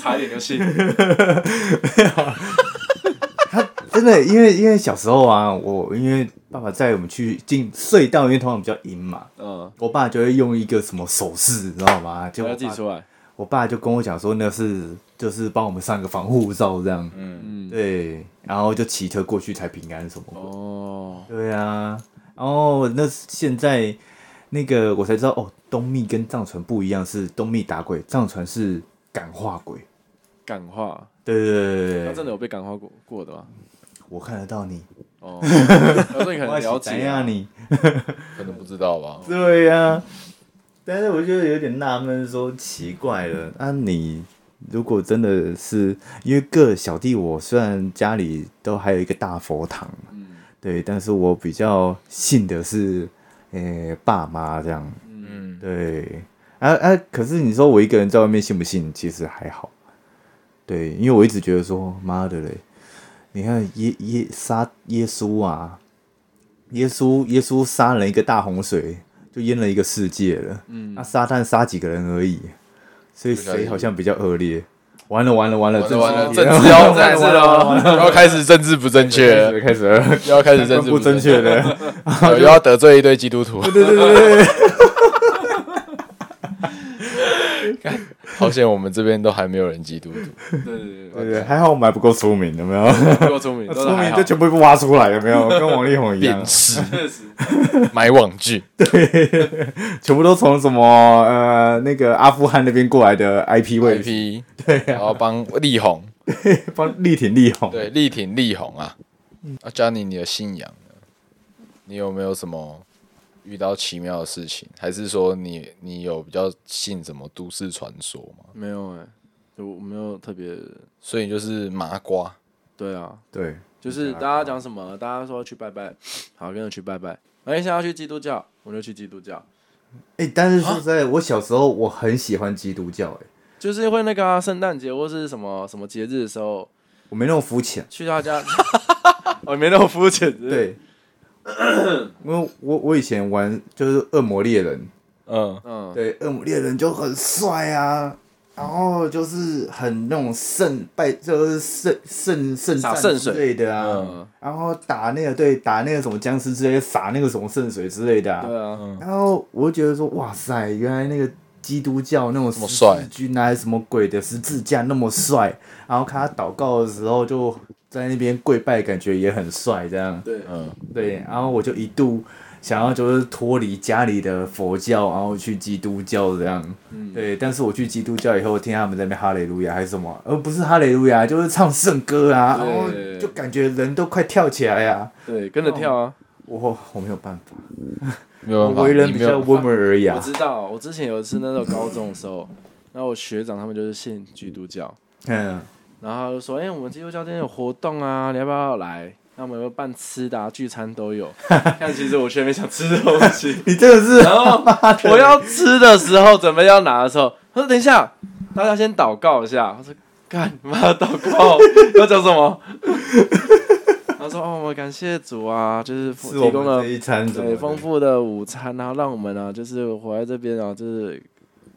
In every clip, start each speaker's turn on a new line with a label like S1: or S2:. S1: 差一点就信。
S2: 真的，因为因为小时候啊，我因为爸爸载我们去进隧道，因为通常比较阴嘛，
S1: 嗯，
S2: 我爸就会用一个什么手势，你知道吗？就
S1: 我
S2: 我
S1: 要自己
S2: 爸
S1: 出来。
S2: 我爸就跟我讲说那是就是帮我们上个防护罩这样，
S1: 嗯
S2: 对，然后就骑车过去才平安什么的。
S1: 哦，
S2: 对啊，然后那现在那个我才知道哦，东密跟藏传不一样，是东密打鬼，藏传是感化鬼。
S1: 感化，
S2: 对对对对
S1: 他真
S2: 对对，
S1: 的有被感化过过的吗？
S2: 我看得到你，
S1: 哦，我说你可能
S2: 我
S1: 了
S2: 怎
S1: 解啊
S2: 样，你？
S3: 可能不知道吧？
S2: 对呀、但是我就有点纳闷，说奇怪了，那、你如果真的是因为个小弟我，虽然家里都还有一个大佛堂，
S1: 嗯
S2: 对，但是我比较信的是，呃、爸妈这样，
S3: 嗯，
S2: 对，啊啊，可是你说我一个人在外面信不信？其实还好，对，因为我一直觉得说，妈的嘞，你看耶耶杀耶稣啊，耶稣耶稣杀人一个大洪水，就淹了一个世界了，
S1: 嗯
S2: 那、撒旦杀几个人而已，所以谁好像比较恶劣？完了完了完了，
S3: 完了完了，
S2: 政治
S3: 政
S2: 议
S3: 治
S2: 题
S3: 哦，政治哦，又要开始政治不正确了，
S2: 开始了开始
S3: 又 要开始
S2: 了，
S3: 政治
S2: 不正
S3: 确，
S2: 确的，
S3: 又要得罪一堆基督徒。对对对对。好险，我们这边都还没有人基督徒。
S1: 对对对
S2: 对对，还好我们还不够出名，有没有？
S1: 对，够聪明，都是
S2: 出
S1: 还
S2: 名
S1: 好
S2: 就全部挖出来，有没有？跟王力宏一样
S3: 辨。识
S1: 确实，
S3: 买网 剧，
S2: 全部都从什么呃那个阿富汗那边过来的 IP 位置，
S3: IP，对，
S2: 啊
S3: 然后帮力宏，
S2: 帮力挺力宏。
S3: 对，力挺力宏啊。啊，Johnny，你的信仰呢？你有没有什么遇到奇妙的事情？还是说你你有比较信什么都市传说吗？
S1: 没有哎，就我没有特别，
S3: 所以你就是麻瓜，
S1: 对啊，
S2: 对
S1: 就是大家讲什么，大家说去拜拜，好，跟着去拜拜。哎，想要去基督教，我就去基督教，
S2: 哎、但是说
S1: 啊
S2: 实在，我小时候我很喜欢基督教、哎，
S1: 就是会那个啊圣诞节或是什么什么节日的时候，
S2: 我没那么肤浅。
S1: 去他家， 我没那么肤浅，是不是，
S2: 对，因为我我以前玩就是恶魔猎人，
S3: 嗯，
S1: 嗯，
S2: 对，恶魔猎人就很帅啊，然后就是很那种圣拜，就是圣圣圣
S1: 洒
S2: 战
S1: 圣
S2: 之
S1: 水
S2: 类的啊，
S1: 嗯
S2: 然后打那个对打那个什么僵尸之类的，洒那个什么圣水之类的啊，
S1: 对啊，
S3: 嗯
S2: 然后我就觉得说，哇塞，原来那个基督教那种
S3: 么
S2: 十
S3: 帅
S2: 字军啊，还是什么鬼的十字架那么帅，然后看他祷告的时候就在那边跪拜，感觉也很帅，这样
S1: 对，
S2: 对。然后我就一度想要就是脱离家里的佛教，然后去基督教这样，
S3: 嗯
S2: 对。但是我去基督教以后，听他们在那边哈雷路亚还是什么，而、不是哈雷路亚，就是唱圣歌啊，然后
S1: 对
S2: 就感觉人都快跳起来啊。
S1: 对，跟着跳啊。
S2: 我我没有办法，
S3: 没有办法，
S2: 我为人
S3: 你
S2: 比
S3: 没有
S2: 较温文尔雅
S1: 我。知道，我之前有一次那时候高中的时候， 然后我学长他们就是信基督教，
S2: 嗯，
S1: 然后他就说：“哎、我们基督教今天有活动啊，你要不要来？那我们有没有办吃的、啊，聚餐都有。 但其实我却没想吃东西。
S2: 你真的是
S1: 然后我要吃的时候，准备要拿的时候，他说：‘等一下，大家先祷告一下。’我说：‘干你妈祷告 要讲什么？’他说：‘哦，我们感谢主啊，就是
S2: 是
S1: 提
S2: 我
S1: 供
S2: 们
S1: 了
S2: 这一餐 什么
S1: 对
S2: 的
S1: 丰。富的午餐，然后让我们啊，就是活在这边啊，就是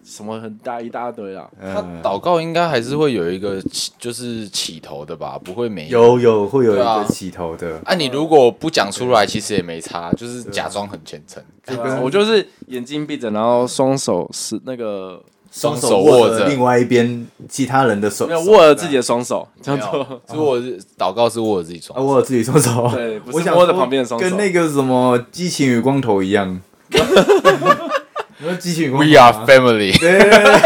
S1: 什么很大一大堆啊。
S3: 他
S2: 嗯，
S3: 祷告应该还是会有一个起，就是起头的吧，不会没。
S2: 有有会有一
S3: 对啊
S2: 个起头的，
S3: 啊，你如果不讲出来，其实也没差，就是假装很虔诚，
S2: 就
S1: 对啊
S2: 跟
S1: 我就是眼睛闭着，然后双手是那个
S3: 双
S2: 手
S3: 手握
S2: 着另
S3: 着，
S2: 外一边其他人的手，
S1: 没有
S2: 手
S1: 握着自己的双手，
S3: 没
S1: 叫做
S3: 有，是握着祷告是握着自己双
S2: 啊，
S3: 手，
S2: 握着自己双手，
S1: 对不是
S2: 我想
S1: 握着
S2: 说
S1: 旁边的双手
S2: 跟那个什么激情与光头 一样。你说激情与光头
S3: We are
S2: 吗
S3: family，
S2: 对对对对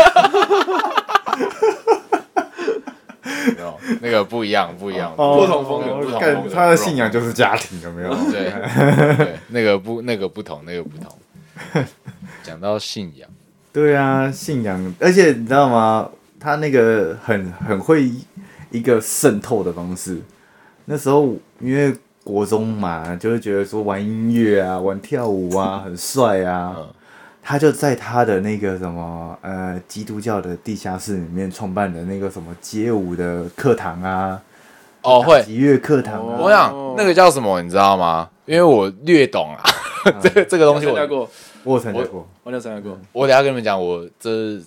S3: 没有那个不一样，不一样，
S2: 哦
S1: 不同风格
S2: 哦
S1: 不同
S2: 干
S3: 风格
S2: 他的信仰就是家庭，有没有？
S3: 对对，那个不那个不同，那个不同。讲到信仰，
S2: 对啊，信仰，而且你知道吗？他那个很很会一个渗透的方式。那时候因为国中嘛，就会觉得说玩音乐啊、玩跳舞啊很帅啊。
S3: 嗯
S2: 他就在他的那个什么呃基督教的地下室里面创办的那个什么街舞的课堂啊，
S3: 哦会，
S2: 吉乐课堂啊。
S3: 我想那个叫什么，你知道吗？因为我略懂 啊，这个这个
S1: 我
S3: 东西
S1: 参加
S3: 我
S1: 过，
S2: 我有参加过，
S1: 我有参加过，
S3: 我等一下跟你们讲，我这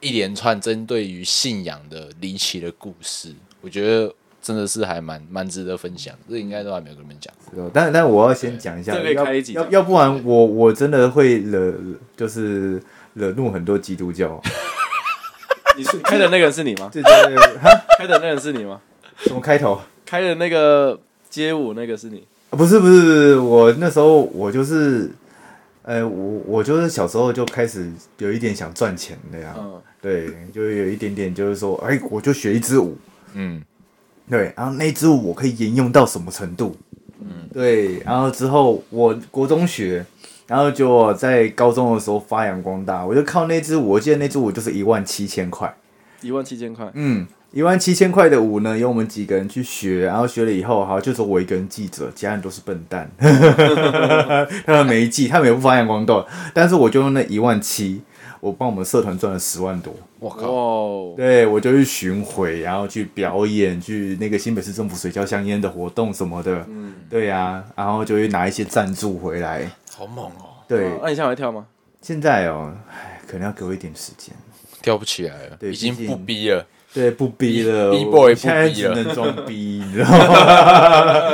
S3: 一连串针对于信仰的离奇的故事，我觉得真的是还蛮蛮值得分享。这应该都还没有跟你们讲。
S2: 对哦但但我要先讲一下，
S1: 这个可以
S2: 要
S1: 开一集
S2: 要
S1: 讲
S2: 要不然我我真的会惹，就是惹怒很多基督教。
S1: 你是开的那个人是你吗？
S2: 对对对，哈，
S1: 开的那个人是你吗？
S2: 什么开头？
S1: 开的那个街舞那个是你？
S2: 啊不是不是不是，我那时候我就是，呃，我我就是小时候就开始有一点想赚钱的呀，
S1: 嗯，
S2: 对，就有一点点就是说，哎，我就学一支舞，
S3: 嗯，
S2: 对，然后那支舞我可以沿用到什么程度？嗯，对，然后之后我国中学，然后就我在高中的时候发扬光大，我就靠那支舞，我记得那支舞就是一万七千块，
S1: 一万七千块，
S2: 嗯，一万七千块的舞呢，由我们几个人去学，然后学了以后，好，就说我一个人记着，其他人都是笨蛋， 他们没记，他们也不发扬光大，但是我就用那一万七，我帮我们社团赚了十万多。
S3: 我
S1: 哇
S3: 靠，
S1: 哦，
S2: 对，我就去巡回，然后去表演，去那个新北市政府水交香烟的活动什么的。嗯，对呀、然后就会拿一些赞助回来。
S3: 好猛哦，
S2: 对，
S1: 啊哇那你现在还会跳吗？
S2: 现在哦，唉，可能要给我一点时间。
S3: 跳不起来了，
S2: 对
S3: 已经
S2: 毕竟
S3: 不逼了。
S2: 对，不逼了
S3: B-
S2: 我
S3: B-boy
S2: 现在
S3: 不逼了
S2: 只能装逼，你知道 吗？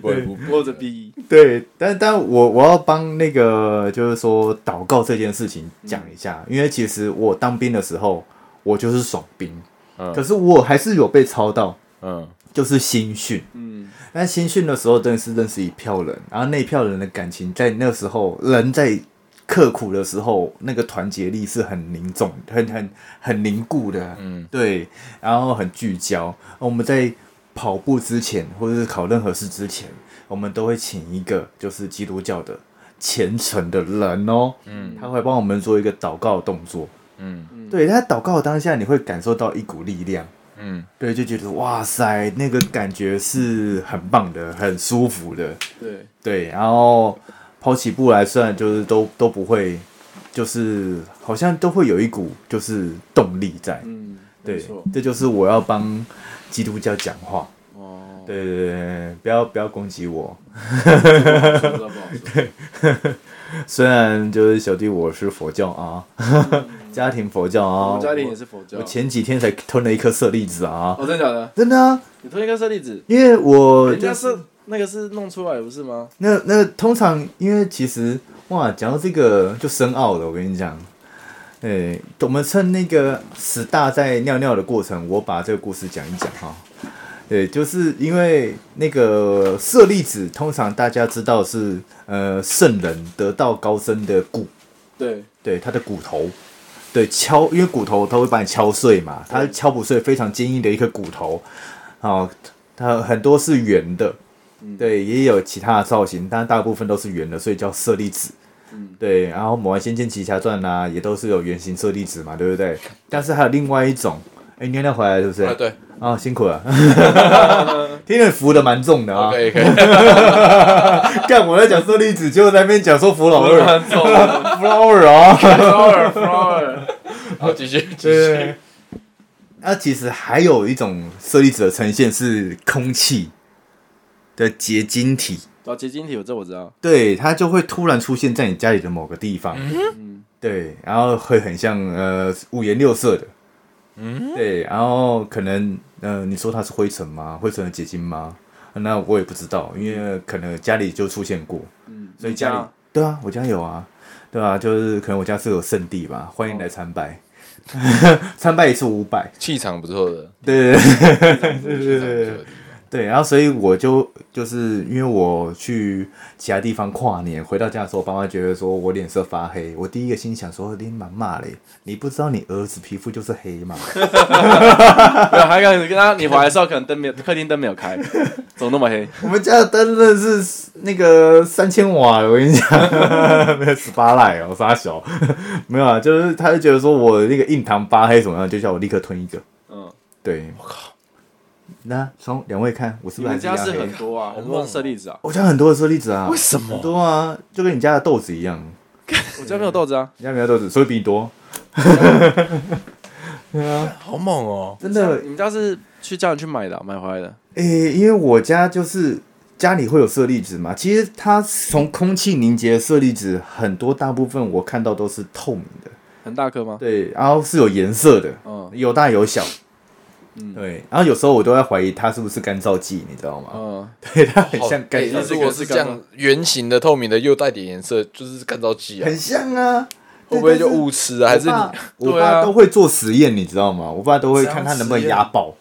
S3: 不会不逼
S1: 握着 B，
S2: 对，但但我我要帮那个就是说祷告这件事情讲一下，
S3: 嗯
S2: 因为其实我当兵的时候，我就是爽兵，
S3: 嗯
S2: 可是我还是有被操到，
S3: 嗯，
S2: 就是新训。
S1: 嗯，
S2: 但新训的时候真的是认识一票人，然后那一票人的感情在那时候人在刻苦的时候，那个团结力是很凝重、很很很凝固的，
S3: 嗯，
S2: 对，然后很聚焦。我们在跑步之前，或者是考任何试之前，我们都会请一个就是基督教的虔诚的人哦，嗯，他会帮我们做一个祷告动作，
S3: 嗯
S1: 嗯
S2: 对，他祷告当下你会感受到一股力量。
S3: 嗯，
S2: 对，就觉得哇塞，那个感觉是很棒的，很舒服的。
S1: 对，
S2: 对，然后跑起步来，虽然就是都都不会，就是好像都会有一股就是动力在。
S1: 嗯，没
S2: 对
S1: 错，，
S2: 这就是我要帮基督教讲话。
S1: 哦，
S2: 对对对对，不要不要攻击我。
S1: 说不知道不好说，
S2: 虽然就是小弟我是佛教啊， 家庭佛教
S1: 嗯我
S2: 啊，
S1: 们家庭也是佛教
S2: 我。我，前几天才吞了一颗舍利子啊，
S1: 哦，真的假的？
S2: 真的啊、
S1: 你推一个舍利子，
S2: 因为我
S1: 人
S2: 就
S1: 家是那个是弄出来的不是吗？
S2: 那那通常因为其实哇，讲到这个就深奥了，我跟你讲，哎、我们趁那个史大在尿尿的过程，我把这个故事讲一讲哈。对，就是因为那个舍利子，通常大家知道是呃圣人得道高僧的骨，
S1: 对，
S2: 对他的骨头，对敲，因为骨头它会把你敲碎嘛，它敲不碎，非常坚硬的一颗骨头，哦，它很多是圆的，对，也有其他的造型，但大部分都是圆的，所以叫舍利子。
S1: 嗯，
S2: 对，然后《魔丸仙剑奇侠传》呐，也都是有圆形舍利子嘛，对不对？但是还有另外一种，哎，尿尿回来是不是？
S3: 啊对
S2: 啊、辛苦了，听着服的蛮重的啊。
S3: ，OK OK，
S2: 干，我在讲舍利子，结果在那边讲说服老二，
S1: 很走。
S2: 服老二啊。
S1: flower flower，
S3: 好，继续继续
S2: 对。。那其实还有一种舍利子的呈现是空气的结晶体，
S1: 哦，结晶体有这我知道，
S2: 对，它就会突然出现在你家里的某个地方，
S1: 嗯
S2: 对，然后会很像呃五颜六色的，
S3: 嗯，
S2: 对，然后可能呃你说它是灰尘吗？灰尘的结晶吗？那我也不知道，因为可能家里就出现过，
S1: 嗯，
S2: 所以家里对啊，我家有啊，对啊，就是可能我家是有圣地吧，欢迎来参拜， 参拜一次五百，
S3: 气场不错的，
S2: 对。
S3: 对对对，
S2: 对，然后所以我就就是因为我去其他地方跨年，回到家的时候，爸妈觉得说我脸色发黑，我第一个心想说你妈妈嘞，你不知道你儿子皮肤就是黑 吗？
S1: 没有，还有跟他你回来的时候，可能灯没有，客厅灯没有开，怎么那么黑？
S2: 我们家的灯真的是那个三千瓦，我跟你讲，没 有十八赖哦，傻小，没有啊，就是他就觉得说我那个印堂发黑什么样，就叫我立刻吞一个。
S1: 嗯，
S2: 对，我靠，那从两位看，我 是
S1: 你
S2: 不是还
S1: 们家
S2: 是
S1: 是
S2: 一样
S1: 很
S2: 黑？
S1: 多啊，很
S3: 猛
S1: 多
S3: 哦
S1: 舍利子啊，
S2: 我家很多的舍利子啊，
S3: 什
S2: 很？多啊，就跟你家的豆子一样。
S1: 我家没有豆子啊，
S2: 人家没有豆子，所以比你多。对啊，
S3: 好猛哦！
S2: 真的
S1: 你，们家是去叫人去买的啊，买回来的，
S2: 诶、因为我家就是家里会有舍利子嘛，其实它从空气凝结的舍利子很多，大部分我看到都是透明的，
S1: 很大颗吗？
S2: 对，然后是有颜色的，
S1: 嗯
S2: 有大有小。对，然后有时候我都在怀疑它是不是干燥剂，你知道吗？
S1: 嗯，
S2: 对， 它很像干
S3: 欸
S2: 燥
S1: 这
S2: 剂，
S3: 如
S1: 个
S3: 果
S1: 是
S3: 是
S1: 干
S3: 这样圆形的、透明的，又带点颜色，就是干燥剂啊
S2: 很，像啊。
S3: 会不会就
S2: 对
S3: 误吃啊？还是你
S2: 我
S1: 对
S2: 爸
S1: 啊
S2: 都会做实验，你知道吗？我爸都会看他能不能压爆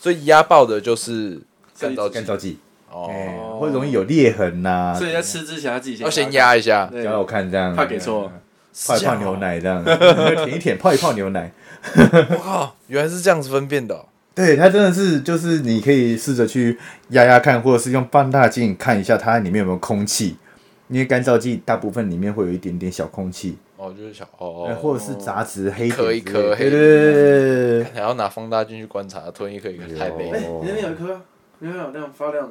S3: 所以压爆的就是干燥
S2: 干
S3: 剂
S2: 燥剂，
S3: 哦，
S2: 哎，会容易有裂痕呐。
S1: 所以在吃之前他自己
S3: 要先
S1: 先
S3: 压一下。
S1: 对
S2: 咬咬看这样，
S1: 怕给错，
S2: 泡一泡牛奶 这样，舔一舔，泡一泡牛奶。
S3: 我靠，原来是这样子分辨的哦。
S2: 对，它真的是就是你可以试着去压压看，或者是用放大镜看一下它里面有没有空气，因为干燥剂大部分里面会有一点点小空气，
S3: 哦，就是小
S2: 呃
S3: 哦，
S2: 或者是杂质黑点之
S3: 颗
S2: 类
S3: 一
S2: 的，
S3: 颗
S2: 对对
S3: 黑
S2: 对对对对
S3: 还要拿放大镜去观察，吞一颗一颗，太累
S1: 哎，
S3: 了。
S1: 你那边有一颗啊，有没有亮发亮 的？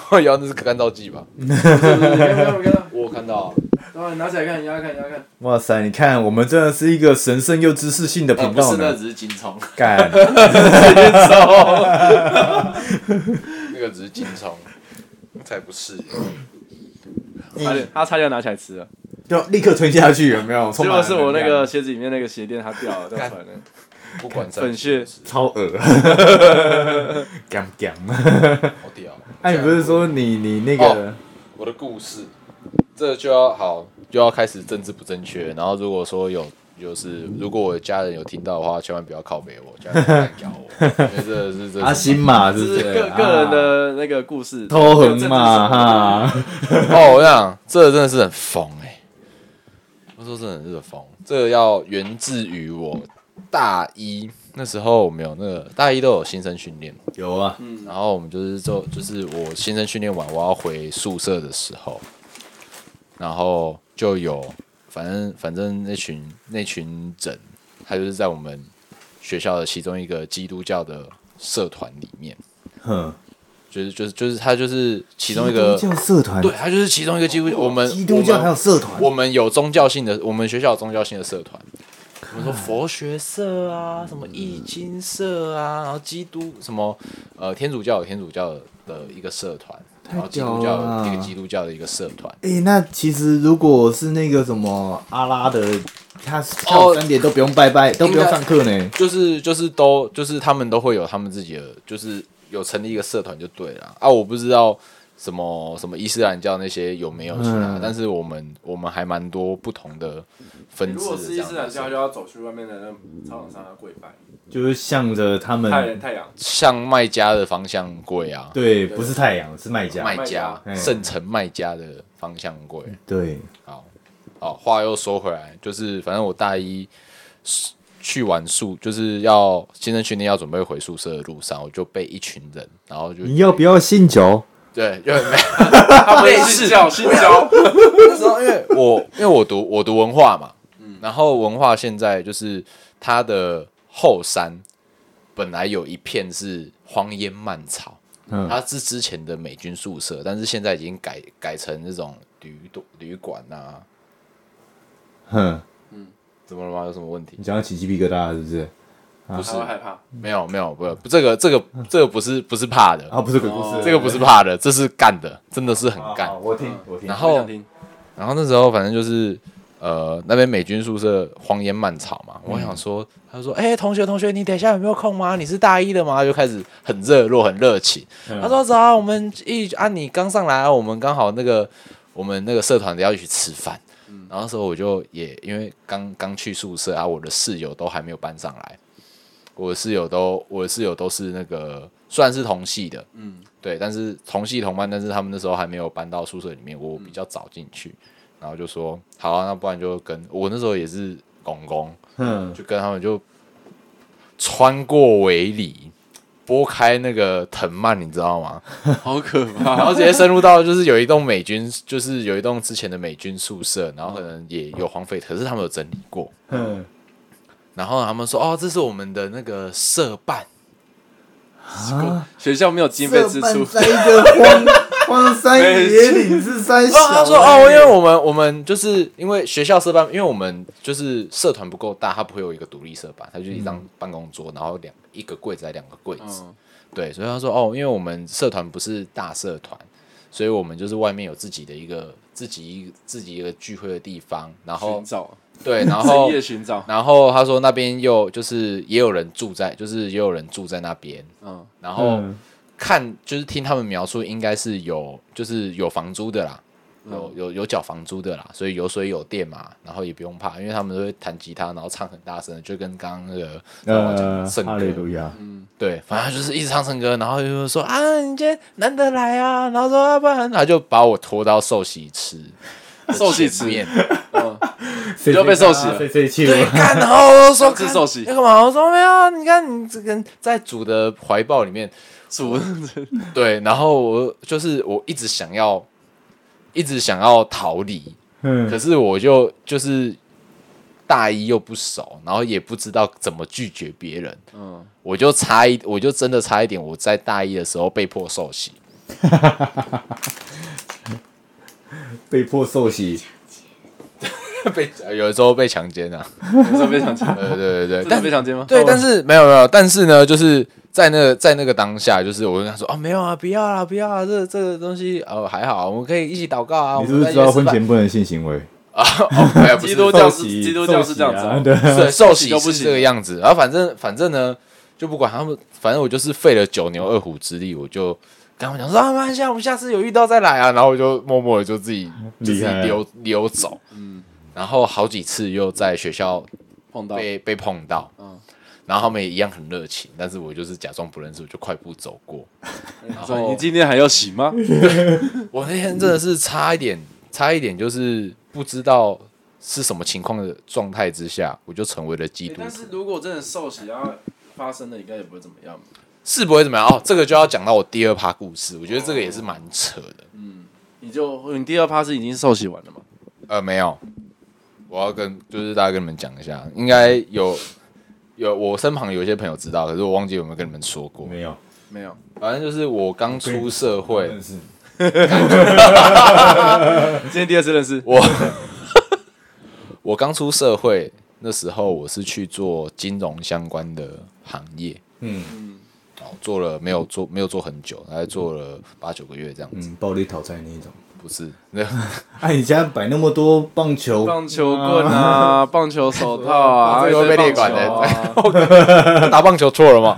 S3: 要那是干燥剂吧？
S1: 不是不是你看到没有看到？
S3: 我有看到啊，
S1: 然后拿起来看，压看压看。
S2: 哇塞，你看我们真的是一个神圣又知识性的频道呢，
S1: 只哦是金虫。
S2: 干，
S3: 那个只是金虫，才不是。
S1: 差点，他差点拿起来吃啊了。
S2: 就立刻吞下去，有没有？
S1: 结
S2: 充满
S1: 果
S2: 了
S1: 是我那
S2: 能
S1: 个
S2: 量
S1: 鞋子里面那个鞋垫，它掉了，掉出来了，
S3: 不管在
S1: 粉屑。
S2: 超恶， 干干。
S3: 好屌。
S2: 哎，你不是说你你那个
S3: 哦我的故事，这就要好，就要开始政治不正确。然后如果说有，就是如果我家人有听到的话，千万不要靠北我，家人不要来咬我，因为这个是这
S2: 阿星嘛，啊 是啊
S1: 就
S2: 不
S1: 是
S2: 是
S1: 个个人的那个故 事，
S2: 偷横嘛哈，
S3: 哦，我想这真的是很疯哎、我说真的是很疯，这个要源自于我大一那时候，我们有那个大一都有新生训练，
S2: 有啊，
S3: 然后我们就是做，就是我新生训练完，我要回宿舍的时候，然后就有，反正反正那群那群人，他就是在我们学校的其中一个基督教的社团里面，
S2: 哼，
S3: 就是就是就是他就是其中一个，
S2: 基督教社团，
S3: 对，他就是其中一个基督，我们
S2: 基督教还有社团，
S3: 我们有宗教性的，我们学校有宗教性的社团，我们说佛学社啊，什么易经社啊，然后基督什么呃天主教有天主教的一个社团，然后基督
S2: 屌
S3: 教
S2: 了啊
S3: 有一个基督教的一个社团。
S2: 哎，那其实如果是那个什么阿拉的，他下午
S3: 哦
S2: 三点都不用拜拜，都不用
S3: 应该
S2: 上课呢，
S3: 就是就是都就是他们都会有他们自己的，就是有成立一个社团就对了啊。我不知道什么什么伊斯兰教那些有没有其他，
S2: 嗯
S3: 但是我们我们还蛮多不同的分
S1: 如
S3: 支
S1: 果
S3: 的这
S1: 是伊
S3: 样
S1: 斯兰
S3: 的社
S1: 教，
S3: 团。
S1: 就要走去外面的那种操场上要跪拜，
S2: 就是向着他
S1: 太阳
S2: 们，
S1: 太阳，
S3: 像卖家的方向贵啊，
S2: 对，不是太阳，是卖家，
S3: 卖家
S2: 卖家
S3: 圣城卖家的方向柜。
S2: 对，
S3: 好，好，话又说回来，就是反正我大一去完宿，就是要新生训练要准备回宿舍的路上，我就被一群人，然后就
S2: 你要不要信教？
S3: 对，就没有
S1: 他们信教信教，
S3: 那时候因为我因为我读我读文化嘛，然后文化现在就是它的后山本来有一片是荒烟蔓草。
S2: 嗯
S3: 它是之前的美军宿舍，但是现在已经改改成那种旅旅馆啊，
S2: 哼，
S3: 怎么了吗？有什么问题
S2: 你？讲到起鸡皮疙瘩是不是？
S3: 不是
S1: 他，会害怕。
S3: 没有，没有，不，不这个，这个，这个不是，不是怕的，
S2: 啊，不是鬼故事，
S3: 哦这个不是怕的，这是干的，真的是很
S2: 好，
S3: 干嗯
S2: 好。我听我听
S3: 然，
S1: 我
S3: 后
S1: 想，听
S3: 然后那时候反正就是，呃，那边美军宿舍荒烟蔓草嘛，我想说，他就说，哎、同学，同学，你等一下有没有空吗？你是大一的吗？就开始很热络，很热情。他说走啊，我们一起啊，你刚上来啊，我们刚好那个我们那个社团的要一起吃饭。然后那时候我就也因为刚刚去宿舍啊，我的室友都还没有搬上来，我的室友都我的室友都是那个虽然是同系的，嗯，对，但是同系同班，但是他们那时候还没有搬到宿舍里面，我比较早进去，然后就说好啊，那不然就跟我那时候也是公公，
S2: 嗯，
S3: 就跟他们就穿过围篱，拨开那个藤蔓，你知道吗？
S1: 好可
S3: 然
S1: 怕，
S3: 后直接深入到就是有一栋美军，就是有一栋之前的美军宿舍，然后可能也有荒废，可是他们有整理过。
S2: 嗯，
S3: 然后他们说：“哦，这是我们的那个社办。
S1: 学校没有经费支出，
S2: 在一个荒荒山野岭是山”小
S3: 然后
S2: 啊。
S3: 他说：“哦，因为我们我们就是因为学校社办，因为我们就是社团不够大，它不会有一个独立社办，它就是一张办公桌，然后两一个柜子还两个柜子。
S1: 嗯，
S3: 对，所以他说：哦，因为我们社团不是大社团，所以我们就是外面有自己的一个自己一自己一个聚会的地方，然后
S1: 寻找
S3: 对， 然后
S1: 职业寻找，
S3: 然后他说那边又就是也有人住在，就是也有人住在那边，
S1: 嗯，
S3: 然后
S2: 嗯
S3: 看就是听他们描述，应该是有就是有房租的啦，有有有缴房租的啦，所以有水有电嘛，然后也不用怕，因为他们都会弹吉他，然后唱很大声，就跟刚刚那个我讲
S2: 呃，
S3: 圣
S2: 哈
S3: 歌
S2: 利路亚，
S3: 对，反正就是一直唱圣歌，然后就说啊，你今天难得来啊，然后说要、不然，然后就把我拖到寿喜吃，
S1: 寿喜吃
S3: 前面
S1: 嗯，
S2: 你
S1: 就被受洗了
S2: 被被气
S3: 对，
S2: 了。
S3: 干，然后我就说
S1: 吃
S3: 干
S1: 寿喜
S3: 要干嘛？我说没有啊，你看你这个在主的怀抱里面，
S1: 主
S3: 对，然后我就是我一直想要，一直想要逃离，可
S2: 嗯，
S3: 是我就就是大一又不熟，然后也不知道怎么拒绝别人，
S1: 嗯，
S3: 我就差一，我就真的差一点，我在大一的时候被迫受洗。
S2: 被迫受洗，
S3: 被 有的时候被强奸啊，
S1: 你说非常尖，
S3: 对对对对，
S1: 但
S3: 但
S1: 非常尖吗？哦
S3: 对，但是没有没有，但是呢，就是在那个在那个当下，就是我跟他说啊，没有啊，不要啊，不要啊，这这个东西哦还好，我们可以一起祷告啊。
S2: 你是
S3: 我
S2: 不
S3: 们
S2: 是
S3: 在
S2: 知道
S3: 夜市
S2: 婚
S3: 办
S2: 前不能性行为？
S3: 哦，没有不
S1: 基
S3: 是
S1: 督
S2: 受
S1: 教是
S2: 洗
S1: 基督教是这样子
S2: 受洗啊
S1: 哦，
S2: 对，
S3: 对受洗
S1: 都不
S3: 是
S1: 行
S3: 这个样子，然后反正反正呢，就不管他们，反正我就是费了九牛二虎之力，我就跟他们讲说啊，没关系啊，我们下次有遇到再来啊，然后我就默默的就自己就自
S2: 厉
S3: 己
S2: 害啊
S3: 溜溜走，
S1: 嗯，
S3: 然后好几次又在学校
S1: 碰到，
S3: 被被碰到，
S1: 嗯
S3: 然后他们也一样很热情，但是我就是假装不认识，我就快步走过。然
S1: 说
S3: 后
S1: 你今天还要洗吗？
S3: 我那天真的是差一点，差一点就是不知道是什么情况的状态之下，我就成为了基
S1: 欸
S3: 督徒。
S1: 但是如果真的受洗，然后发生的应该也不会怎么样吧。
S3: 是不会怎么样哦。这个就要讲到我第二趴故事，我觉得这个也是蛮扯的。
S1: 你就你第二趴是已经受洗完了嘛？
S3: 呃，没有，我要跟就是大家跟你们讲一下，应该有有我身旁有一些朋友知道，可是我忘记有没有跟你们说过。
S2: 没有，
S1: 没有，
S3: 反正就是我刚出社会，
S2: 但是
S1: 今天第二次认识，
S3: 我我刚出社会那时候，我是去做金融相关的行业，
S2: 嗯
S3: 哦，做了没有做没有做很久，大概做了八九个月这样子，
S2: 嗯，暴力讨债那一种。
S3: 不是 那
S2: 哎，你家摆那么多棒球，
S1: 棒球棍啊，棒球手套啊，
S3: 这个会被列管的
S1: 还有一堆棒球啊
S3: 打棒球错了吗？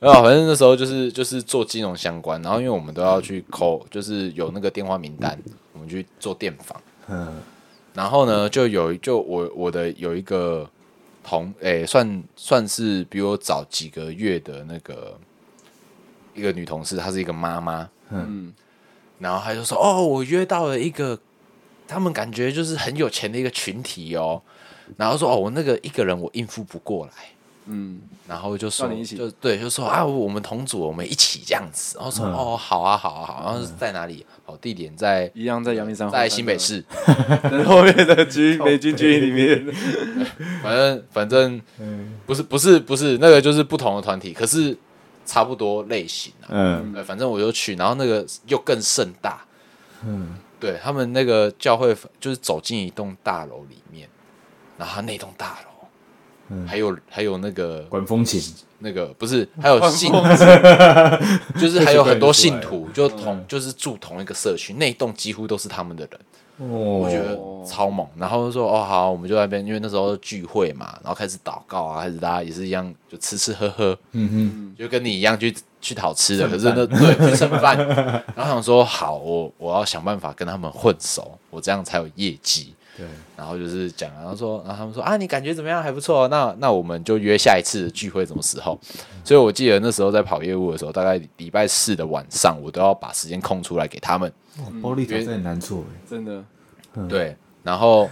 S3: 啊，反正那时候就是就是做金融相关，然后因为我们都要去扣，就是有那个电话名单，我们去做电访。
S2: 嗯，
S3: 然后呢，就有就我我的有一个同诶、算算是比我早几个月的那个一个女同事，她是一个妈妈，
S1: 嗯，
S3: 然后她就说：“哦，我约到了一个，他们感觉就是很有钱的一个群体哦。”然后说：“哦，我那个一个人我应付不过来。”
S1: 嗯，
S3: 然后就说
S1: 让你一起
S3: 就对，就说啊，我们同组，我们一起这样子。然后说、
S2: 嗯
S3: 哦，好啊，好啊，好啊。然后是在哪里？哦，地点在
S1: 一样在阳明山，
S3: 在新北，市。
S1: 后面的军美军军营里 面，
S3: 反正反正
S2: 嗯
S3: 不是不是不是那个就是不同的团体，可是差不多类型啊。
S2: 嗯
S3: 对，反正我就去，然后那个又更盛大。嗯，对他们那个教会就是走进一栋大楼里面，然后它那栋大楼、
S2: 嗯
S3: 还有还有那个
S2: 管风琴，
S3: 那个不是，还有信，就是还有很多信徒，就同就是住同一个社区，那一栋几乎都是他们的人，
S2: 我
S3: 我觉得超猛。然后就说哦好，我们就在那边，因为那时候聚会嘛，然后开始祷告啊，开始大家也是一样就吃吃喝喝，
S2: 嗯
S3: 就跟你一样去去讨吃的，可是那对去蹭饭。然后想说好，我我要想办法跟他们混熟，我这样才有业绩。
S2: 哼，对，
S3: 然后就是讲，然后说，然后他们说啊，你感觉怎么样？还不错哦，那那我们就约下一次的聚会什么时候？所以我记得那时候在跑业务的时候，大概礼拜四的晚上，我都要把时间空出来给他们。
S2: 哇暴力讨债很难做哎，
S1: 真的，
S3: 对，然后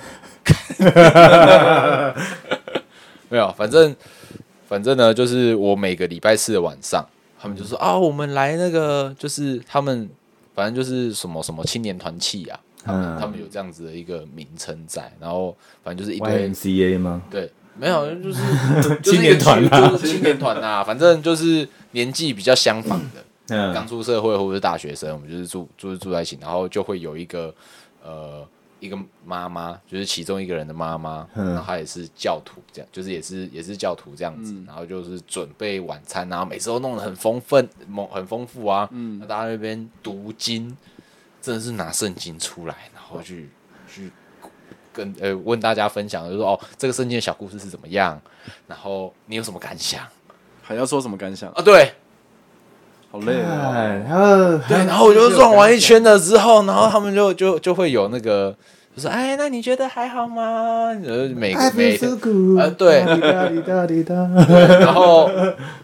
S3: 没有，反正反正呢，就是我每个礼拜四的晚上，他们就说啊，我们来那个，就是他们反正就是什么什么青年团契啊，他们、
S2: 嗯
S3: 他们有这样子的一个名称在，然后反正就是一堆
S2: YMCA 吗？
S3: 对，没有，就是就是
S2: 青
S3: 一个
S2: 年团
S3: 群
S2: 啊
S3: 就是青年团呐、反正就是年纪比较相仿的，刚
S2: 嗯
S3: 出社会或者是大学生，我们就是住就是住在一起，然后就会有一个呃一个妈妈，就是其中一个人的妈妈，
S2: 嗯
S3: 然后她也是教徒，这样就是也是也是教徒这样
S2: 嗯
S3: 子，然后就是准备晚餐啊，每次都弄得很丰盛，猛很丰富啊，嗯，大家在那边读经，真的是拿圣经出来，然后去去跟呃问大家分享，就说哦，这个圣经的小故事是怎么样，然后你有什么感想
S1: 还要说什么感想？
S3: 啊？对
S1: 好累啊！
S2: 哎，还有
S3: 对，然后我就转完一圈了之后，然后他们就就就会有那个，就说哎，那你觉得还好吗？呃，每个每天
S2: 苦
S3: 啊对
S2: 滴答滴答滴答，
S3: 然后，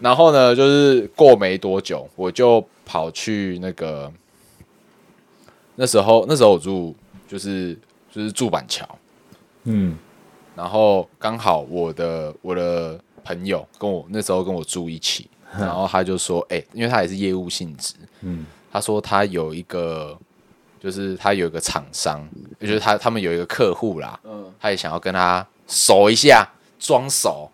S3: 然后呢，就是过没多久，我就跑去那个，那时候那时候我住就是就是住板桥，
S2: 嗯，
S3: 然后刚好我的我的朋友跟我那时候跟我住一起，然后他就说，哎、因为他也是业务性质，
S2: 嗯
S3: 嗯，他说他有一个。就是他有一个厂商，
S2: 嗯
S3: 就是他他们有一个客户啦，
S1: 嗯，
S3: 他也想要跟他熟一下，装熟，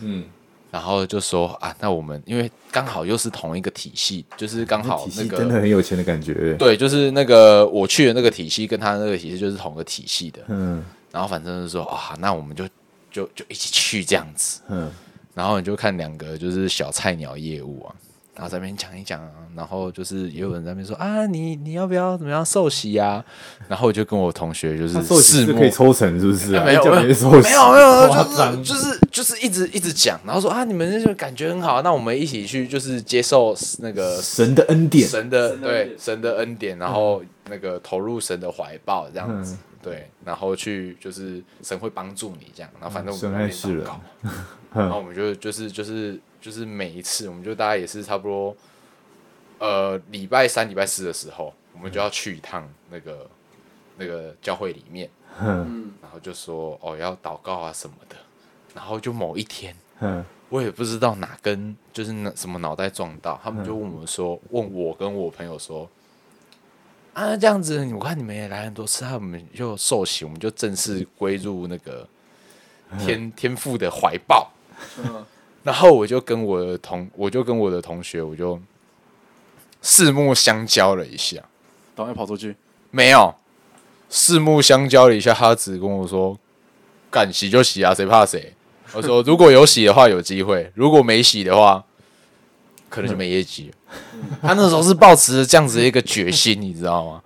S2: 嗯，
S3: 然后就说啊，那我们因为刚好又是同一个体系，就是刚好
S2: 体
S3: 那
S2: 系真的
S3: 个
S2: 很有钱的感觉，
S3: 对，就是那个我去的那个体系跟他那个体系就是同个体系的，
S2: 嗯
S3: 然后反正就说啊，那我们就就就一起去这样子，
S2: 嗯，
S3: 然后你就看两个就是小菜鸟业务啊，然后在那边讲一讲啊，然后就是也有人在那边说啊，你你要不要怎么样受洗啊？然后我就跟我同学就
S2: 他
S3: 是
S2: 寿喜
S3: 四
S2: 是
S3: 目
S2: 可以抽成是不是啊？
S3: 没有
S2: 叫
S3: 没有
S2: 别人寿喜
S3: 没有没有，
S2: 夸
S3: 就是
S2: 张，
S3: 就是就是一直一直讲，然后说啊，你们就感觉很好，那我们一起去就是接受那个
S2: 神的恩典，
S3: 神的
S1: 神的恩
S3: 对
S1: 典
S3: 神的恩典，然后那个投入神的怀抱这样子
S2: 嗯，
S3: 对，然后去就是神会帮助你这样，然后反正我
S2: 嗯神
S3: 们在那
S2: 爱
S3: 边
S2: 世
S3: 祷
S2: 人
S3: 告，然后我们就就是就是就是每一次，我们就大概也是差不多，呃，礼拜三、礼拜四的时候，我们就要去一趟那个那个教会里面。
S2: 嗯
S1: 嗯，
S3: 然后就说哦要祷告啊什么的，然后就某一天，
S2: 嗯
S3: 我也不知道哪根就是那什么脑袋撞到，他们就问我说，问我跟我朋友说，啊这样子，我看你们也来很多次，啊，我们就受洗，我们就正式归入那个天天父的怀抱。
S1: 嗯
S3: 然后我就跟我的同，我就跟我的同学，我就四目相交了一下，
S1: 赶快跑出去。
S3: 没有，四目相交了一下，他只跟我说：“敢洗就洗啊，谁怕谁？”我说：“如果有洗的话，有机会；如果没洗的话，可能就没业绩。”他那时候是抱持着这样子的一个决心，你知道吗？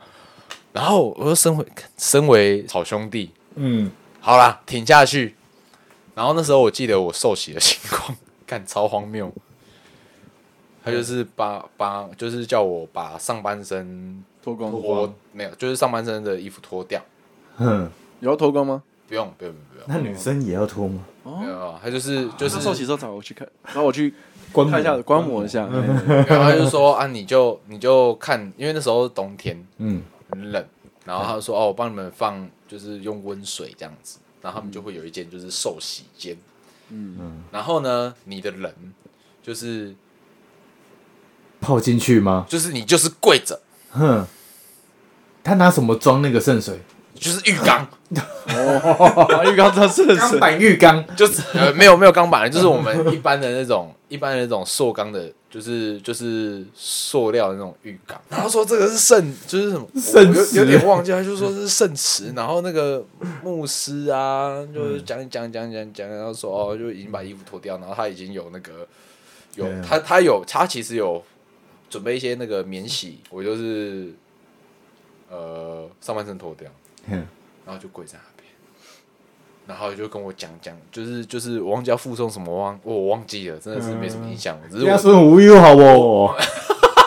S3: 然后我说：“身为身为好兄弟，
S2: 嗯，
S3: 好啦，挺下去。”然后那时候我记得我受洗的情况， 干超荒谬。他就是把把就是叫我把上半身
S1: 脱光，
S3: 脱没有，就是上半身的衣服脱掉，
S2: 哼，
S1: 有要脱光吗？
S3: 不用不用不用
S2: 那女生也要脱吗？
S3: 不用，没有，他就是
S1: 就
S3: 就
S1: 是是，受洗之后找我去看，然后我去
S3: 嗯
S2: 观
S1: 看一下，
S2: 摩
S1: 观摩一下。
S3: 然后他就说啊，你就你就看，因为那时候冬天
S2: 嗯，
S3: 很冷，然后他就说哦，我帮你们放就是用温水这样子，然后他们就会有一间就是寿喜间，
S1: 嗯，
S3: 然后呢，你的人就是
S2: 泡进去吗？
S3: 就是你就是跪着，
S2: 哼，他拿什么装那个圣 水？
S3: 就是浴缸，
S1: 哦，浴缸装圣
S2: 钢
S1: 水，
S2: 板浴缸，
S3: 就是呃没有没有钢板，就是我们一般的那种一般的那种塑钢的，就是就是塑料的那种浴缸。然后说这个是圣，就是什么
S2: 圣
S3: 我有
S2: 池
S3: 有点忘记了，他就说这是圣池。然后那个牧师啊，就是
S2: 嗯
S3: 讲一讲讲一讲讲一讲，然后说哦，就已经把衣服脱掉，然后他已经有那个有
S2: 对啊
S3: 他他有他其实有准备一些那个免洗，我就是呃上半身脱掉。
S2: 哼
S3: 然后就跪在那边，然后就跟我讲讲，就是就是我忘记要附送什么，我忘我忘记了，真的是没什么印象，只是
S2: 家
S3: 我
S2: 孙无忧好不？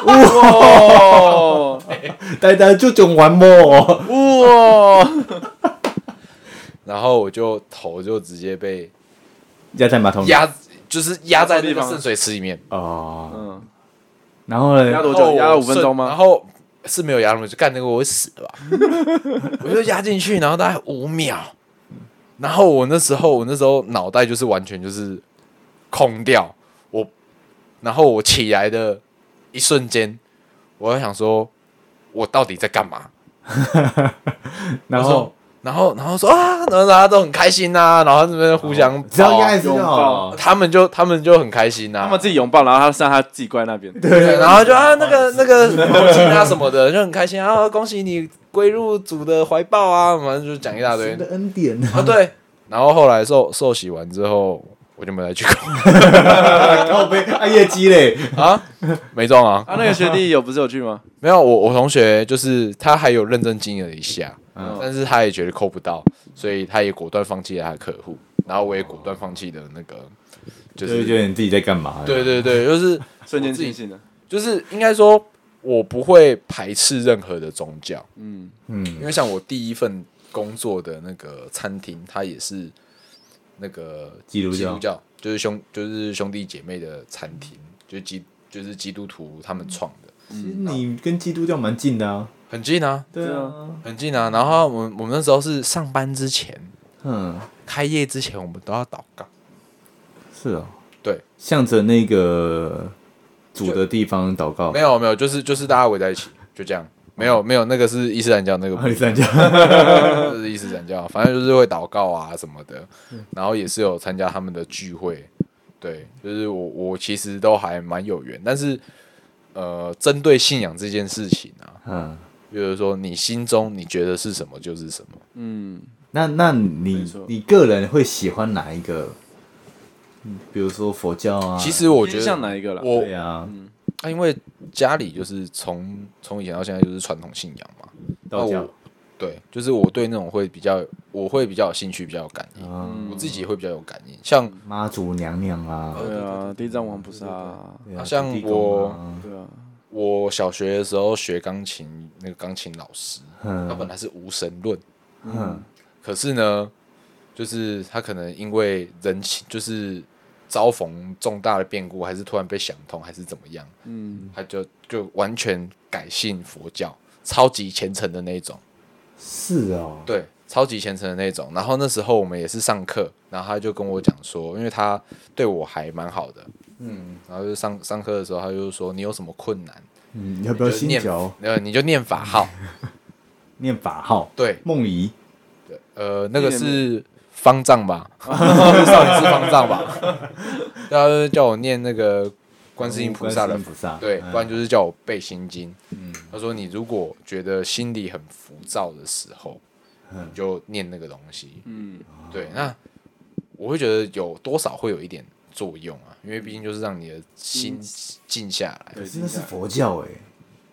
S1: 哦，
S2: 呆呆就讲完么？
S1: 哇，
S3: 然后我就头就直接被
S2: 压在马桶里
S3: 压，就是压在那
S1: 地
S3: 个
S1: 方
S3: 圣水池里面，
S2: 哦，
S1: 嗯，
S2: 然后呢
S1: 压？多
S3: 然后
S1: 久？
S3: 我
S1: 压了五分钟
S3: 然
S1: 吗？
S3: 后是没有压那么久，干那个我会死的吧？ 我就压进去，然后大概五秒，然后我那时候我那时候脑袋就是完全就是空掉，我然后我起来的一瞬间，我在想说，我到底在干嘛？
S2: 然
S3: 我说
S2: 后
S3: 然后然后说啊，然后大家都很开心呐、然后这边互相
S2: 只要
S3: 抱啊
S2: 压一次就好
S1: 拥
S2: 了。
S3: 他们就他们就很开心啊呐、
S1: 他们自己拥抱，然后他让他自己跪在那边。
S3: 对，然后就啊，那个那个恭喜他什么的，就很开心啊，恭喜你归入主的怀抱啊，反正就讲一大堆
S2: 神的恩典，
S3: 啊，对。然后后来受受洗完之后，我就没来去过
S2: 靠背啊业绩嘞，
S3: 啊，没中啊，
S1: 啊，那个学弟有不是有去吗？
S3: 没有我我同学就是他还有认真经营了一下，但是他也觉得扣不到，所以他也果断放弃了他的客户，然后我也果断放弃了那个，就
S2: 就是会觉得你自己在干嘛？
S3: 对对对，就是
S1: 瞬间
S3: 我自
S1: 清
S3: 己
S1: 醒了。
S3: 就是应该说，我不会排斥任何的宗教，
S1: 嗯，
S2: 嗯
S3: 因为像我第一份工作的那个餐厅，它也是那个
S2: 基督教
S3: 就是兄就是兄弟姐妹的餐厅，就是基就是基督徒他们创的，
S2: 其实你跟基督教蛮近的啊。
S3: 很近啊，
S2: 对
S1: 对
S2: 啊
S1: 啊，
S3: 很近啊。然后我们我们那时候是上班之前、
S2: 嗯，
S3: 开业之前，我们都要祷告。
S2: 是哦，
S3: 对，
S2: 向着那个主的地方祷告
S3: 没。有没有，就是就是大家围在一起，就这样。没有没有，那个是伊斯兰教那个不
S2: 阿里山教，
S3: 就是伊斯兰教，反正就是会祷告啊什么的，然后也是有参加他们的聚会，对，就是我我其实都还蛮有缘，但是呃，针对信仰这件事情啊，
S2: 嗯，
S3: 就是说你心中你觉得是什么就是什么，
S1: 嗯，
S2: 那那你
S1: 没错
S2: 你个人会喜欢哪一个？嗯比如说佛教啊，
S3: 其实我觉
S1: 偏
S3: 得
S1: 向哪一个啦？
S3: 我
S2: 对啊，
S3: 啊因为家里就是从从以前到现在就是传统信仰嘛，
S2: 道
S3: 那
S2: 教
S3: 我对，就是我对那种会比较我会比较有兴趣，比较有感应，
S2: 啊，
S3: 我自己会比较有感应，像
S2: 妈祖娘娘啊，
S1: 对啊，地藏王菩萨啊，
S2: 对
S3: 呃好
S2: 啊
S3: 像
S2: 土地公啊
S1: 对啊，
S3: 我小学的时候学钢琴，那个钢琴老师，他
S2: 嗯
S3: 本来是无神论，
S2: 嗯
S3: 可是呢，就是他可能因为人情，就是遭逢重大的变故，还是突然被想通，还是怎么样，
S1: 嗯，
S3: 他就就完全改信佛教，超级虔诚的那一种，
S2: 是哦，
S3: 对，超级虔诚的那种。然后那时候我们也是上课，然后他就跟我讲说，因为他对我还蛮好的，嗯，然后就上上课的时候，他就说你有什么困难，
S2: 嗯，要不要
S3: 你就
S2: 信
S3: 念
S2: 教？
S3: 呃，你就念法号，
S2: 念法号，
S3: 对。
S2: 梦遗
S3: 呃，那个
S1: 一点
S3: 是方丈 吧，少林寺方丈吧，然后叫我念那个观世音菩萨的
S2: 观世音，菩萨，
S3: 对，
S2: 嗯
S3: 不然就是叫我背心经。他说你如果觉得心里很浮躁的时候，
S2: 嗯哦
S3: 你就念那个东西。
S1: 嗯，
S3: 对，那我会觉得有多少会有一点作用啊，因为毕竟就是让你的心
S2: 嗯
S3: 静下来。
S1: 对
S2: 可是那是佛教哎，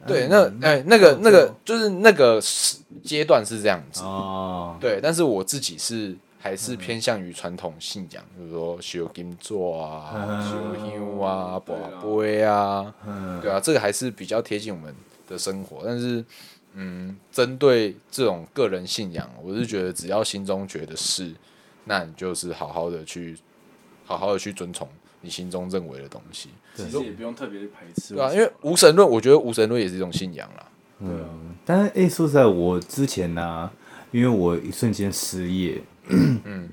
S3: 对，那
S2: 嗯
S3: 哎，那个那个就是那个时阶段是这样子。
S2: 哦，
S3: 对，但是我自己是还是偏向于传统信仰，比如说修金座啊、
S1: 嗯
S3: 修香啊、
S1: 对
S3: 宝
S1: 啊
S3: 杯啊，
S2: 嗯，
S3: 对啊，这个还是比较贴近我们的生活。但是，嗯，针对这种个人信仰，我是觉得只要心中觉得是，那你就是好好的去，好好的去遵从你心中认为的东西，
S1: 其实也不用特别排斥，
S3: 对啊，因为无神论，我觉得无神论也是一种信仰啦。
S2: 嗯，但是哎、欸说实在，我之前呢、因为我一瞬间失业，嗯，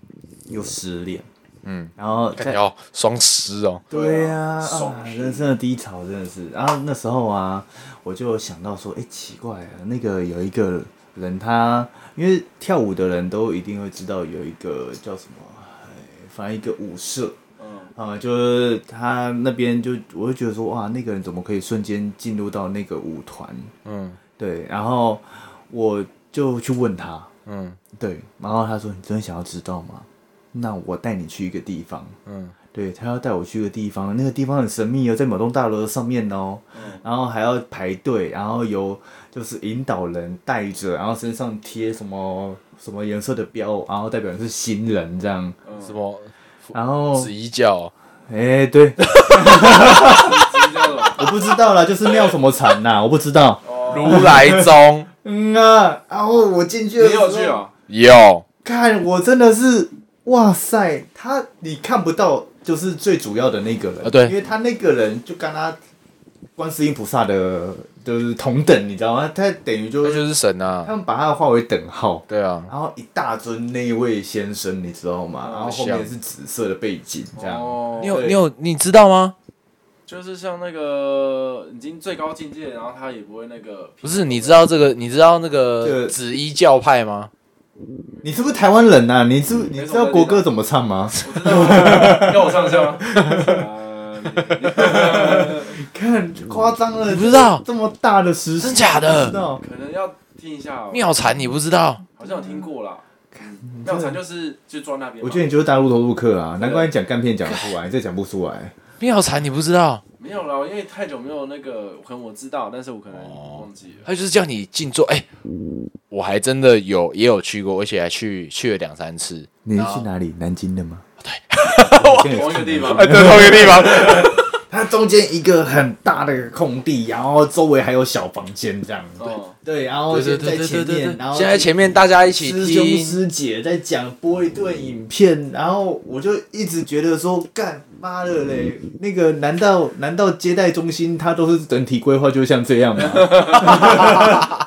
S2: 又失恋，
S3: 嗯，
S2: 然后
S3: 看你
S2: 在
S3: 要双失哦，
S2: 对
S1: 对
S2: 呀、
S1: 啊
S2: 啊，
S1: 送
S2: 啊，人生的低潮真的是。然后那时候啊，我就想到说，哎、奇怪啊，那个有一个人他，因为跳舞的人都一定会知道有一个叫什么，哎反正一个舞社，
S1: 嗯，
S2: 啊，就是他那边就，我就觉得说，哇，那个人怎么可以瞬间进入到那个舞团？
S3: 嗯
S2: 对，然后我就去问他，
S3: 嗯
S2: 对，然后他说：“你真的想要知道吗？那我带你去一个地方。
S3: 嗯，”
S2: 对他要带我去一个地方，那个地方很神秘哦，在某栋大楼的上面哦，
S1: 嗯
S2: 然后还要排队，然后由就是引导人带着，然后身上贴什么什么颜色的标，然后代表你是新人这样，
S3: 什么
S2: 然后
S3: 紫衣教哦、
S2: 哎，对，
S1: 知道了，
S2: 我不知道啦，就是尿什么禅呐、我不知道。
S3: 如来宗
S2: 嗯啊，然后我进去
S1: 你
S2: 的时候，
S1: 有去哦？
S3: 有，
S2: 看，我真的是，哇塞，他你看不到，就是最主要的那个人，
S3: 啊对
S2: 因为他那个人就跟他观世音菩萨的，就是同等，你知道吗？他等于就
S3: 那
S2: 是
S3: 就是神
S2: 他
S3: 啊，
S2: 们把他划为等号，
S3: 对啊，
S2: 然后一大尊那一位先生，你知道吗？然后后面是紫色的背景，这样，
S1: 哦
S3: 你有
S2: 对
S3: 你有你知道吗？
S1: 就是像那个已经最高境界，然后他也不会那个，
S3: 不是，你知道这个，你知道那
S2: 这个
S3: 个紫衣教派吗？
S2: 你是不是台湾人呐、啊？你
S3: 嗯
S2: 是不你
S1: 没什么
S2: 知道国歌怎么唱 吗？
S1: 我知道，要我唱一下吗？啊你
S2: 看，夸张了，
S3: 你不知道
S2: 这么大的时
S3: 真假的
S2: 不知道，
S1: 你可能要听一下哦，
S3: 妙禅你不知道？
S1: 好像有听过啦。妙禅就是就装那边嘛，
S2: 我觉得你就是大陆头入客啊，难怪你讲干片讲得出来，你这讲不出来。
S3: 你好惨，你不知道，
S1: 没有啦，因为太久没有那个，可能我知道，但是我可能忘记了。
S3: 他就是叫你静坐。哎、我还真的有也有去过，而且还去去了两三次。
S2: 你是去哪里？南京的吗？ 对，
S1: 同一个地方，
S3: 在哦同一个地方，
S2: 它中间一个很大的空地，然后周围还有小房间这样。对
S1: 哦
S2: 对，然后
S3: 对对
S2: 先
S3: 对
S2: 在
S3: 对
S2: 前
S3: 对对
S2: 面，然，后
S3: 现在前面大家一起
S2: 师兄
S3: 听，
S2: 师姐在讲播一段影片，然后我就一直觉得说，干妈的嘞，那个难道难道接待中心它都是整体规划就像这样 吗？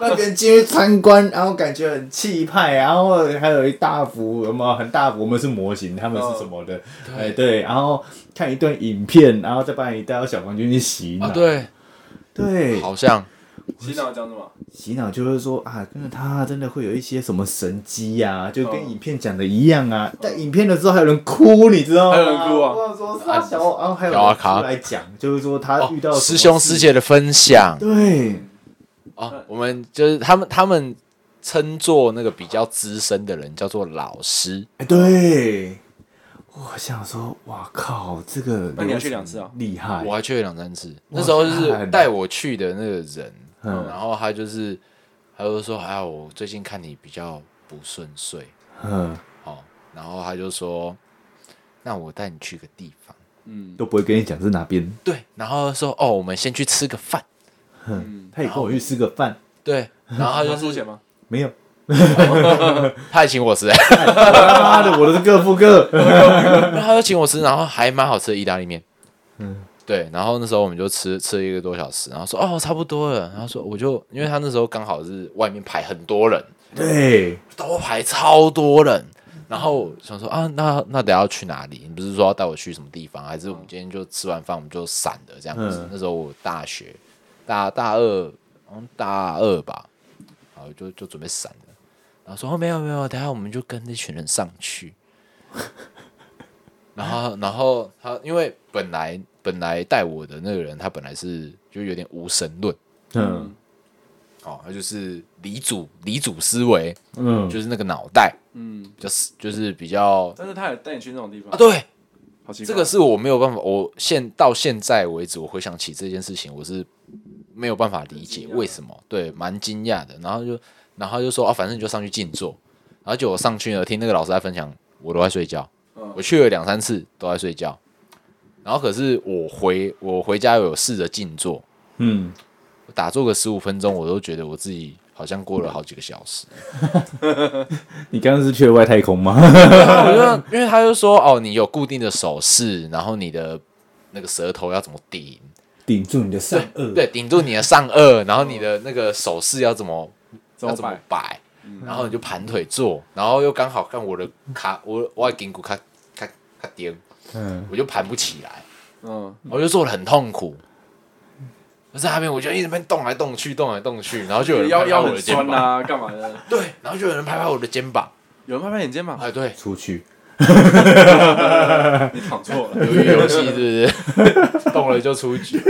S2: 那边进去参观，然后感觉很气派，然后还有一大幅什么很大幅，我们是模型，他们是什么
S3: 哦
S2: 的？哎、对，然后看一段影片，然后再把你带到小房间去洗脑、
S3: 啊，对，
S2: 对，
S3: 好像
S1: 洗脑讲什么？
S2: 洗脑就是说啊，跟着他
S1: 嗯
S2: 真的会有一些什么神机呀、就
S1: 哦
S2: 跟影片讲的一样啊。但影片的时候还有人哭，你知道吗？
S1: 还有人哭啊
S2: 我想说傻小，然后还有
S3: 小阿
S2: 人
S3: 卡
S2: 出来讲，就是说他
S3: 哦
S2: 遇到、什么
S3: 师兄师
S2: 事，
S3: 姐的分享
S2: 对
S3: 哦，我们就是他们他们称作那个比较资深的人叫做老师，
S2: 哎对，我想说，哇靠，这个
S1: 那你要去两次啊
S2: 厉害
S3: 我还去了两三次。那时候就是带我去的那个人，哦
S2: 嗯
S3: 然后他就是他就说：“哎呀，我最近看你比较不顺遂，
S2: 嗯，
S3: 哦。”然后他就说：“那我带你去个地方。
S1: 嗯
S2: 都不会跟你讲是哪边。”
S3: 对，然后说：“哦，我们先去吃个饭。
S1: 嗯，
S2: 他也跟我去吃个饭，”
S3: 对，然后
S1: 他
S3: 他就
S1: 出
S3: 是
S1: 钱吗？
S2: 没 有，
S3: 他还请我吃，
S2: 他妈的，我的是各付各。
S3: 然后他就请我吃，然后还蛮好吃的意大利面。
S2: 嗯
S3: 对，然后那时候我们就吃吃了一个多小时，然后说哦差不多了，然后说我就因为他那时候刚好是外面排很多人，
S2: 对，
S3: 都排超多人，然后想说啊那那等下要去哪里？你不是说要带我去什么地方？还是我们今天就吃完饭我们就散了这样子？
S2: 嗯
S3: 那时候我大学大大二，好像大二吧，然后就就准备散了，然后说哦没有没有，等下我们就跟那群人上去。 然后，然后他因为本来本来带我的那个人，他本来是就有点无神论
S2: 嗯
S3: 哦，他就是理主理主思维，
S2: 嗯，
S3: 就是那个脑袋
S1: 嗯，
S3: 比较死就是比较
S1: 但是他也带你去那种地方
S3: 啊，，对，
S1: 好奇怪
S3: 这个是我没有办法，我现到现在为止，我回想起这件事情，我是没有办法理解
S1: 惊讶
S3: 为什么，对，蛮惊讶的。然后就然后就说啊，反正你就上去静坐，然后就我上去呢，听那个老师在分享，我都在睡觉，
S1: 嗯
S3: 我去了两三次都在睡觉，然后可是我回我回家有试着静坐，
S2: 嗯，
S3: 我打坐个十五分钟，我都觉得我自己好像过了好几个小时。
S2: 你刚刚是去了外太空吗？
S3: 然后我
S1: 嗯
S3: 就因为他就说哦，你有固定的手势，然后你的那个舌头要怎么顶，
S2: 顶住你的上颚。
S3: 对，顶住你的上颚，然后你的那个手势要怎么
S1: 怎
S3: 要
S1: 么
S3: 怎么
S1: 摆？嗯
S3: 摆，然后你就盘腿坐，然后又刚好看我的卡，我我的筋骨卡卡卡颠，
S2: 嗯，
S3: 我就盘不起来，
S1: 嗯，
S3: 我就坐的很痛苦。我在那边，我就一直被动来动去，动来动去，然后就有人
S1: 腰
S3: 拍拍
S1: 腰
S3: 我
S1: 很
S3: 的肩
S1: 酸
S3: 膀，
S1: 啊，干嘛的？
S3: 对，然后就有人拍拍我的肩膀，
S1: 有人拍拍你肩膀，
S3: 哎，对，
S2: 出去。
S1: 你躺错
S3: 鱿
S1: 了。
S3: 鱼游戏是不是？ 动了就出局。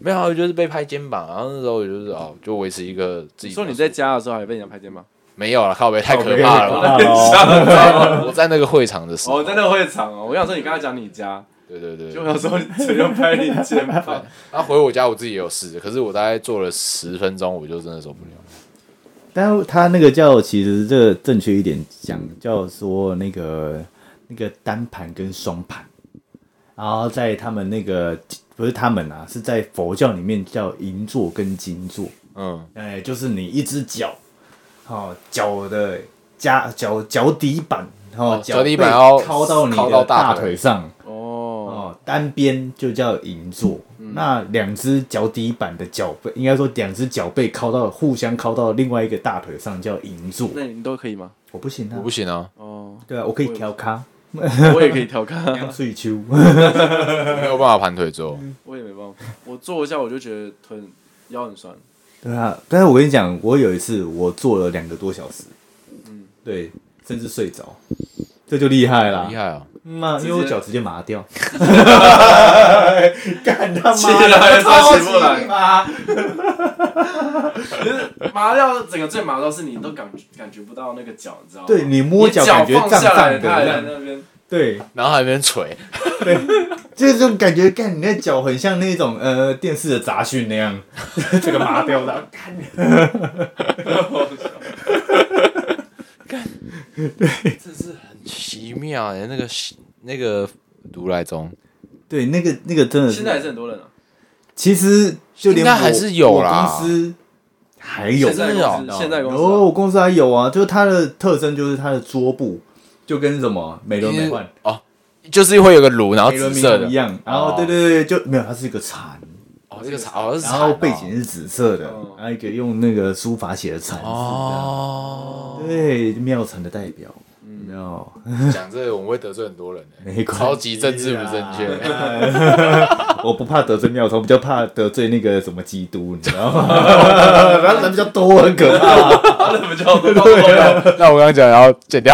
S3: 没有啊，我就是被拍肩膀，然后那时候我就是哦，就维持一个自己。
S1: 你说你在家的时候还被人家拍肩膀？
S3: 没有了，靠北太可怕了吧。
S2: 靠北太
S3: 我 在我在那个会场的时候，
S1: 哦，在那个会场哦，我想说你刚才讲你家，
S3: 对对对
S1: 就
S3: 对。
S1: 我想说你只有拍你肩膀。
S3: 然后回我家，我自己也有试，可是我大概做了十分钟，我就真的受不了。
S2: 但他那个叫，其实这个正确一点讲，叫说那个那个单盘跟双盘，然后在他们那个不是他们啊，是在佛教里面叫银座跟金座，
S3: 嗯，
S2: 哎，就是你一只脚，哦，脚的夹脚脚底板，哦
S3: 哦，脚底板
S2: 背
S3: 要
S2: 靠到你
S3: 靠
S2: 的
S3: 到
S2: 大
S3: 大
S2: 腿
S3: 腿
S2: 上，
S1: 哦，
S2: 哦，单边就叫银座，那两只脚底板的脚背，应该说两只脚背靠到互相靠到另外一个大腿上叫银座。
S1: 那你都可以吗？
S2: 我不行啊
S3: 我，不行啊，
S1: 哦，
S2: 对啊，我可以调咖，
S1: 我也可以跳看，
S2: 两水秋。
S3: 没有办法盘腿坐。
S2: 嗯
S1: 我也没办法，我坐一下我就觉得臀腰很酸。
S2: 对啊，但是我跟你讲，我有一次我坐了两个多小时，嗯
S1: 嗯，
S2: 对，甚至睡着，这就厉害啦
S3: 厉。害啊！
S2: 嗯啊，因为我脚直接麻掉， 干他
S1: 起
S2: 妈的，
S1: 来
S2: 超
S1: 他起不来
S2: 级麻，
S1: 麻掉整个最麻到是你都感感觉不到那个脚，你知道吗？
S2: 对你摸
S1: 你脚
S2: 感觉
S1: 放
S2: 胀
S1: 下
S2: 胀
S1: 来，
S2: 的，
S1: 它还在
S2: 这样
S1: 那边。
S2: 对，
S3: 然后还在那边捶，
S2: 就是这种感觉，干你那脚很像那种呃电视的杂讯那 样，这个麻掉的，干，
S3: 这是很奇妙哎、那个那个如来宗，
S2: 对，那个那个真的是
S1: 现在还是很多人啊，
S2: 其实就连
S3: 应该还
S2: 我
S3: 是
S2: 我
S3: 有啦
S2: 公司还有，
S1: 现在
S3: 真的有
S1: 公司，现在公司
S2: 哦，
S1: 啊
S2: 我公司还有啊，就是它的特征就是它的桌布就跟什么美轮美奂、
S3: 哦，就是会有个炉，然后
S2: 美轮
S3: 啊紫
S2: 美
S3: 色的
S2: 奂一，样，然
S3: 哦
S2: 后对对对，就没有，它是一个蝉，
S3: 哦，这个茶哦，这是
S2: 然
S3: 茶
S2: 后
S3: 哦
S2: 背景是紫色的
S1: 哦，
S2: 还有一个用那个书法写的蝉字这样，
S3: 哦，
S2: 对，妙蝉的代表，
S3: 嗯
S2: 妙，
S3: 讲这个我们会得罪很多人 欸
S2: 没关系啊
S3: 超级政治不正确，
S2: 我不怕得罪妙蝉，我比较怕得罪那个什么基督，你知道吗？然后人比较多，很可怕。
S1: 那比较多。
S3: 啊那我刚刚讲然后剪掉，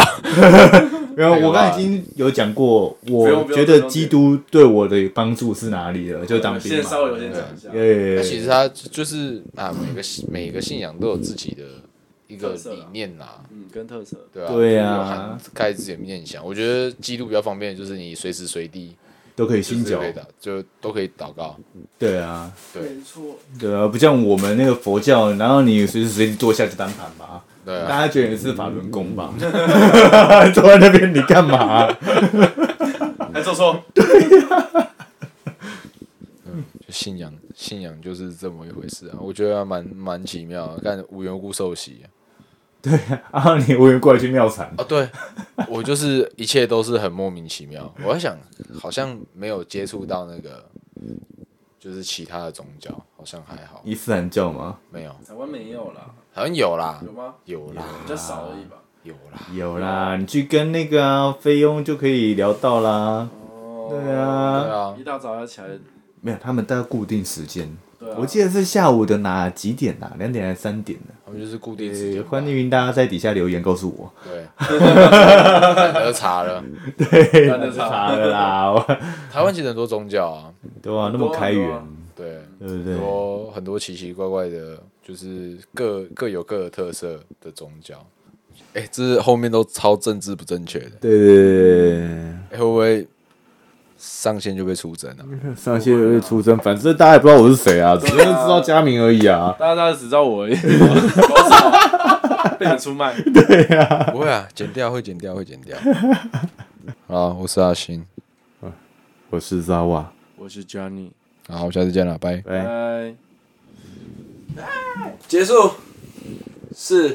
S2: 没有，
S3: 那个
S2: 我刚
S3: 吧
S2: 才已经有讲过，
S1: 不用
S2: 我
S1: 不用
S2: 觉
S1: 不
S2: 得
S1: 用
S2: 基督对我的帮助是哪里了？就当兵
S1: 先
S2: 嘛
S1: 稍微有先讲一下，
S2: 对
S3: 那其实他就是啊，每个信每个信仰都有自己的一个
S1: 特色啦
S3: 理念呐，
S1: 嗯，跟特色，
S3: 对啊，
S2: 对啊
S3: 就是有涵盖自己的面向。我觉得基督比较方便，就是你随时随地
S2: 都可以
S3: 就是
S2: 信教
S3: 可，以祷，就都可以祷告。
S2: 对啊，
S3: 对
S1: 没错，
S2: 对啊，不像我们那个佛教，然后你随时随地坐下就单盘吧，
S3: 对
S2: 大
S3: 啊，
S2: 家觉得你是法轮功吧？坐在那边你干嘛？
S1: 还做错，
S3: 就信仰信仰就是这么一回事啊。我觉得还蛮蛮奇妙的，但无缘无故受洗啊。
S2: 然后你无缘过来去妙禅，
S3: 哦，对，我就是一切都是很莫名其妙。我在想，好像没有接触到那个，就是其他的宗教，好像还好，
S2: 伊斯兰教吗？
S3: 没有，
S1: 台湾没有啦，
S3: 好像有啦，
S1: 有吗？
S3: 有啦，
S1: 比较少而已吧。
S3: 有啦。
S2: 有啦，你去跟那个啊菲佣就可以聊到啦。
S1: 哦，
S2: 对
S3: 对
S2: 啊，
S3: 啊
S1: 一，大早要起来，
S2: 没有，他们都要固定时间，
S1: 对啊，
S2: 我记得是下午的哪几点啊？两点还是三点呢、
S3: 他们就是固定时
S2: 呃
S3: 间，
S2: 欢迎大家在底下留言告诉我。
S3: 对，懒得查了。
S2: 对
S1: 懒得查
S2: 了 啦，我
S3: 台湾其实很多宗教啊，
S2: 对啊，那么开
S1: 很多啊
S2: 源，
S3: 对，
S2: 对不
S3: 很
S2: 对？
S3: 多很多奇奇怪怪的，就是各各有各的特色的宗教。哎，这是后面都超政治不正确的，
S2: 对对
S3: 哎，会不会上线就被出征啊？
S2: 对，上线会出征，反正大家也不知道我是谁啊，只是知道佳明而已啊。
S1: 大家大家只知道 我而已，我操 被你出卖，
S3: 不会啊，剪掉会剪掉会剪掉。好，我是阿星，
S2: 我是扎瓦，
S1: 我是 Johnny，
S3: 好，我们下次见了，拜。
S2: 拜。
S1: 拜。
S3: 结束，四。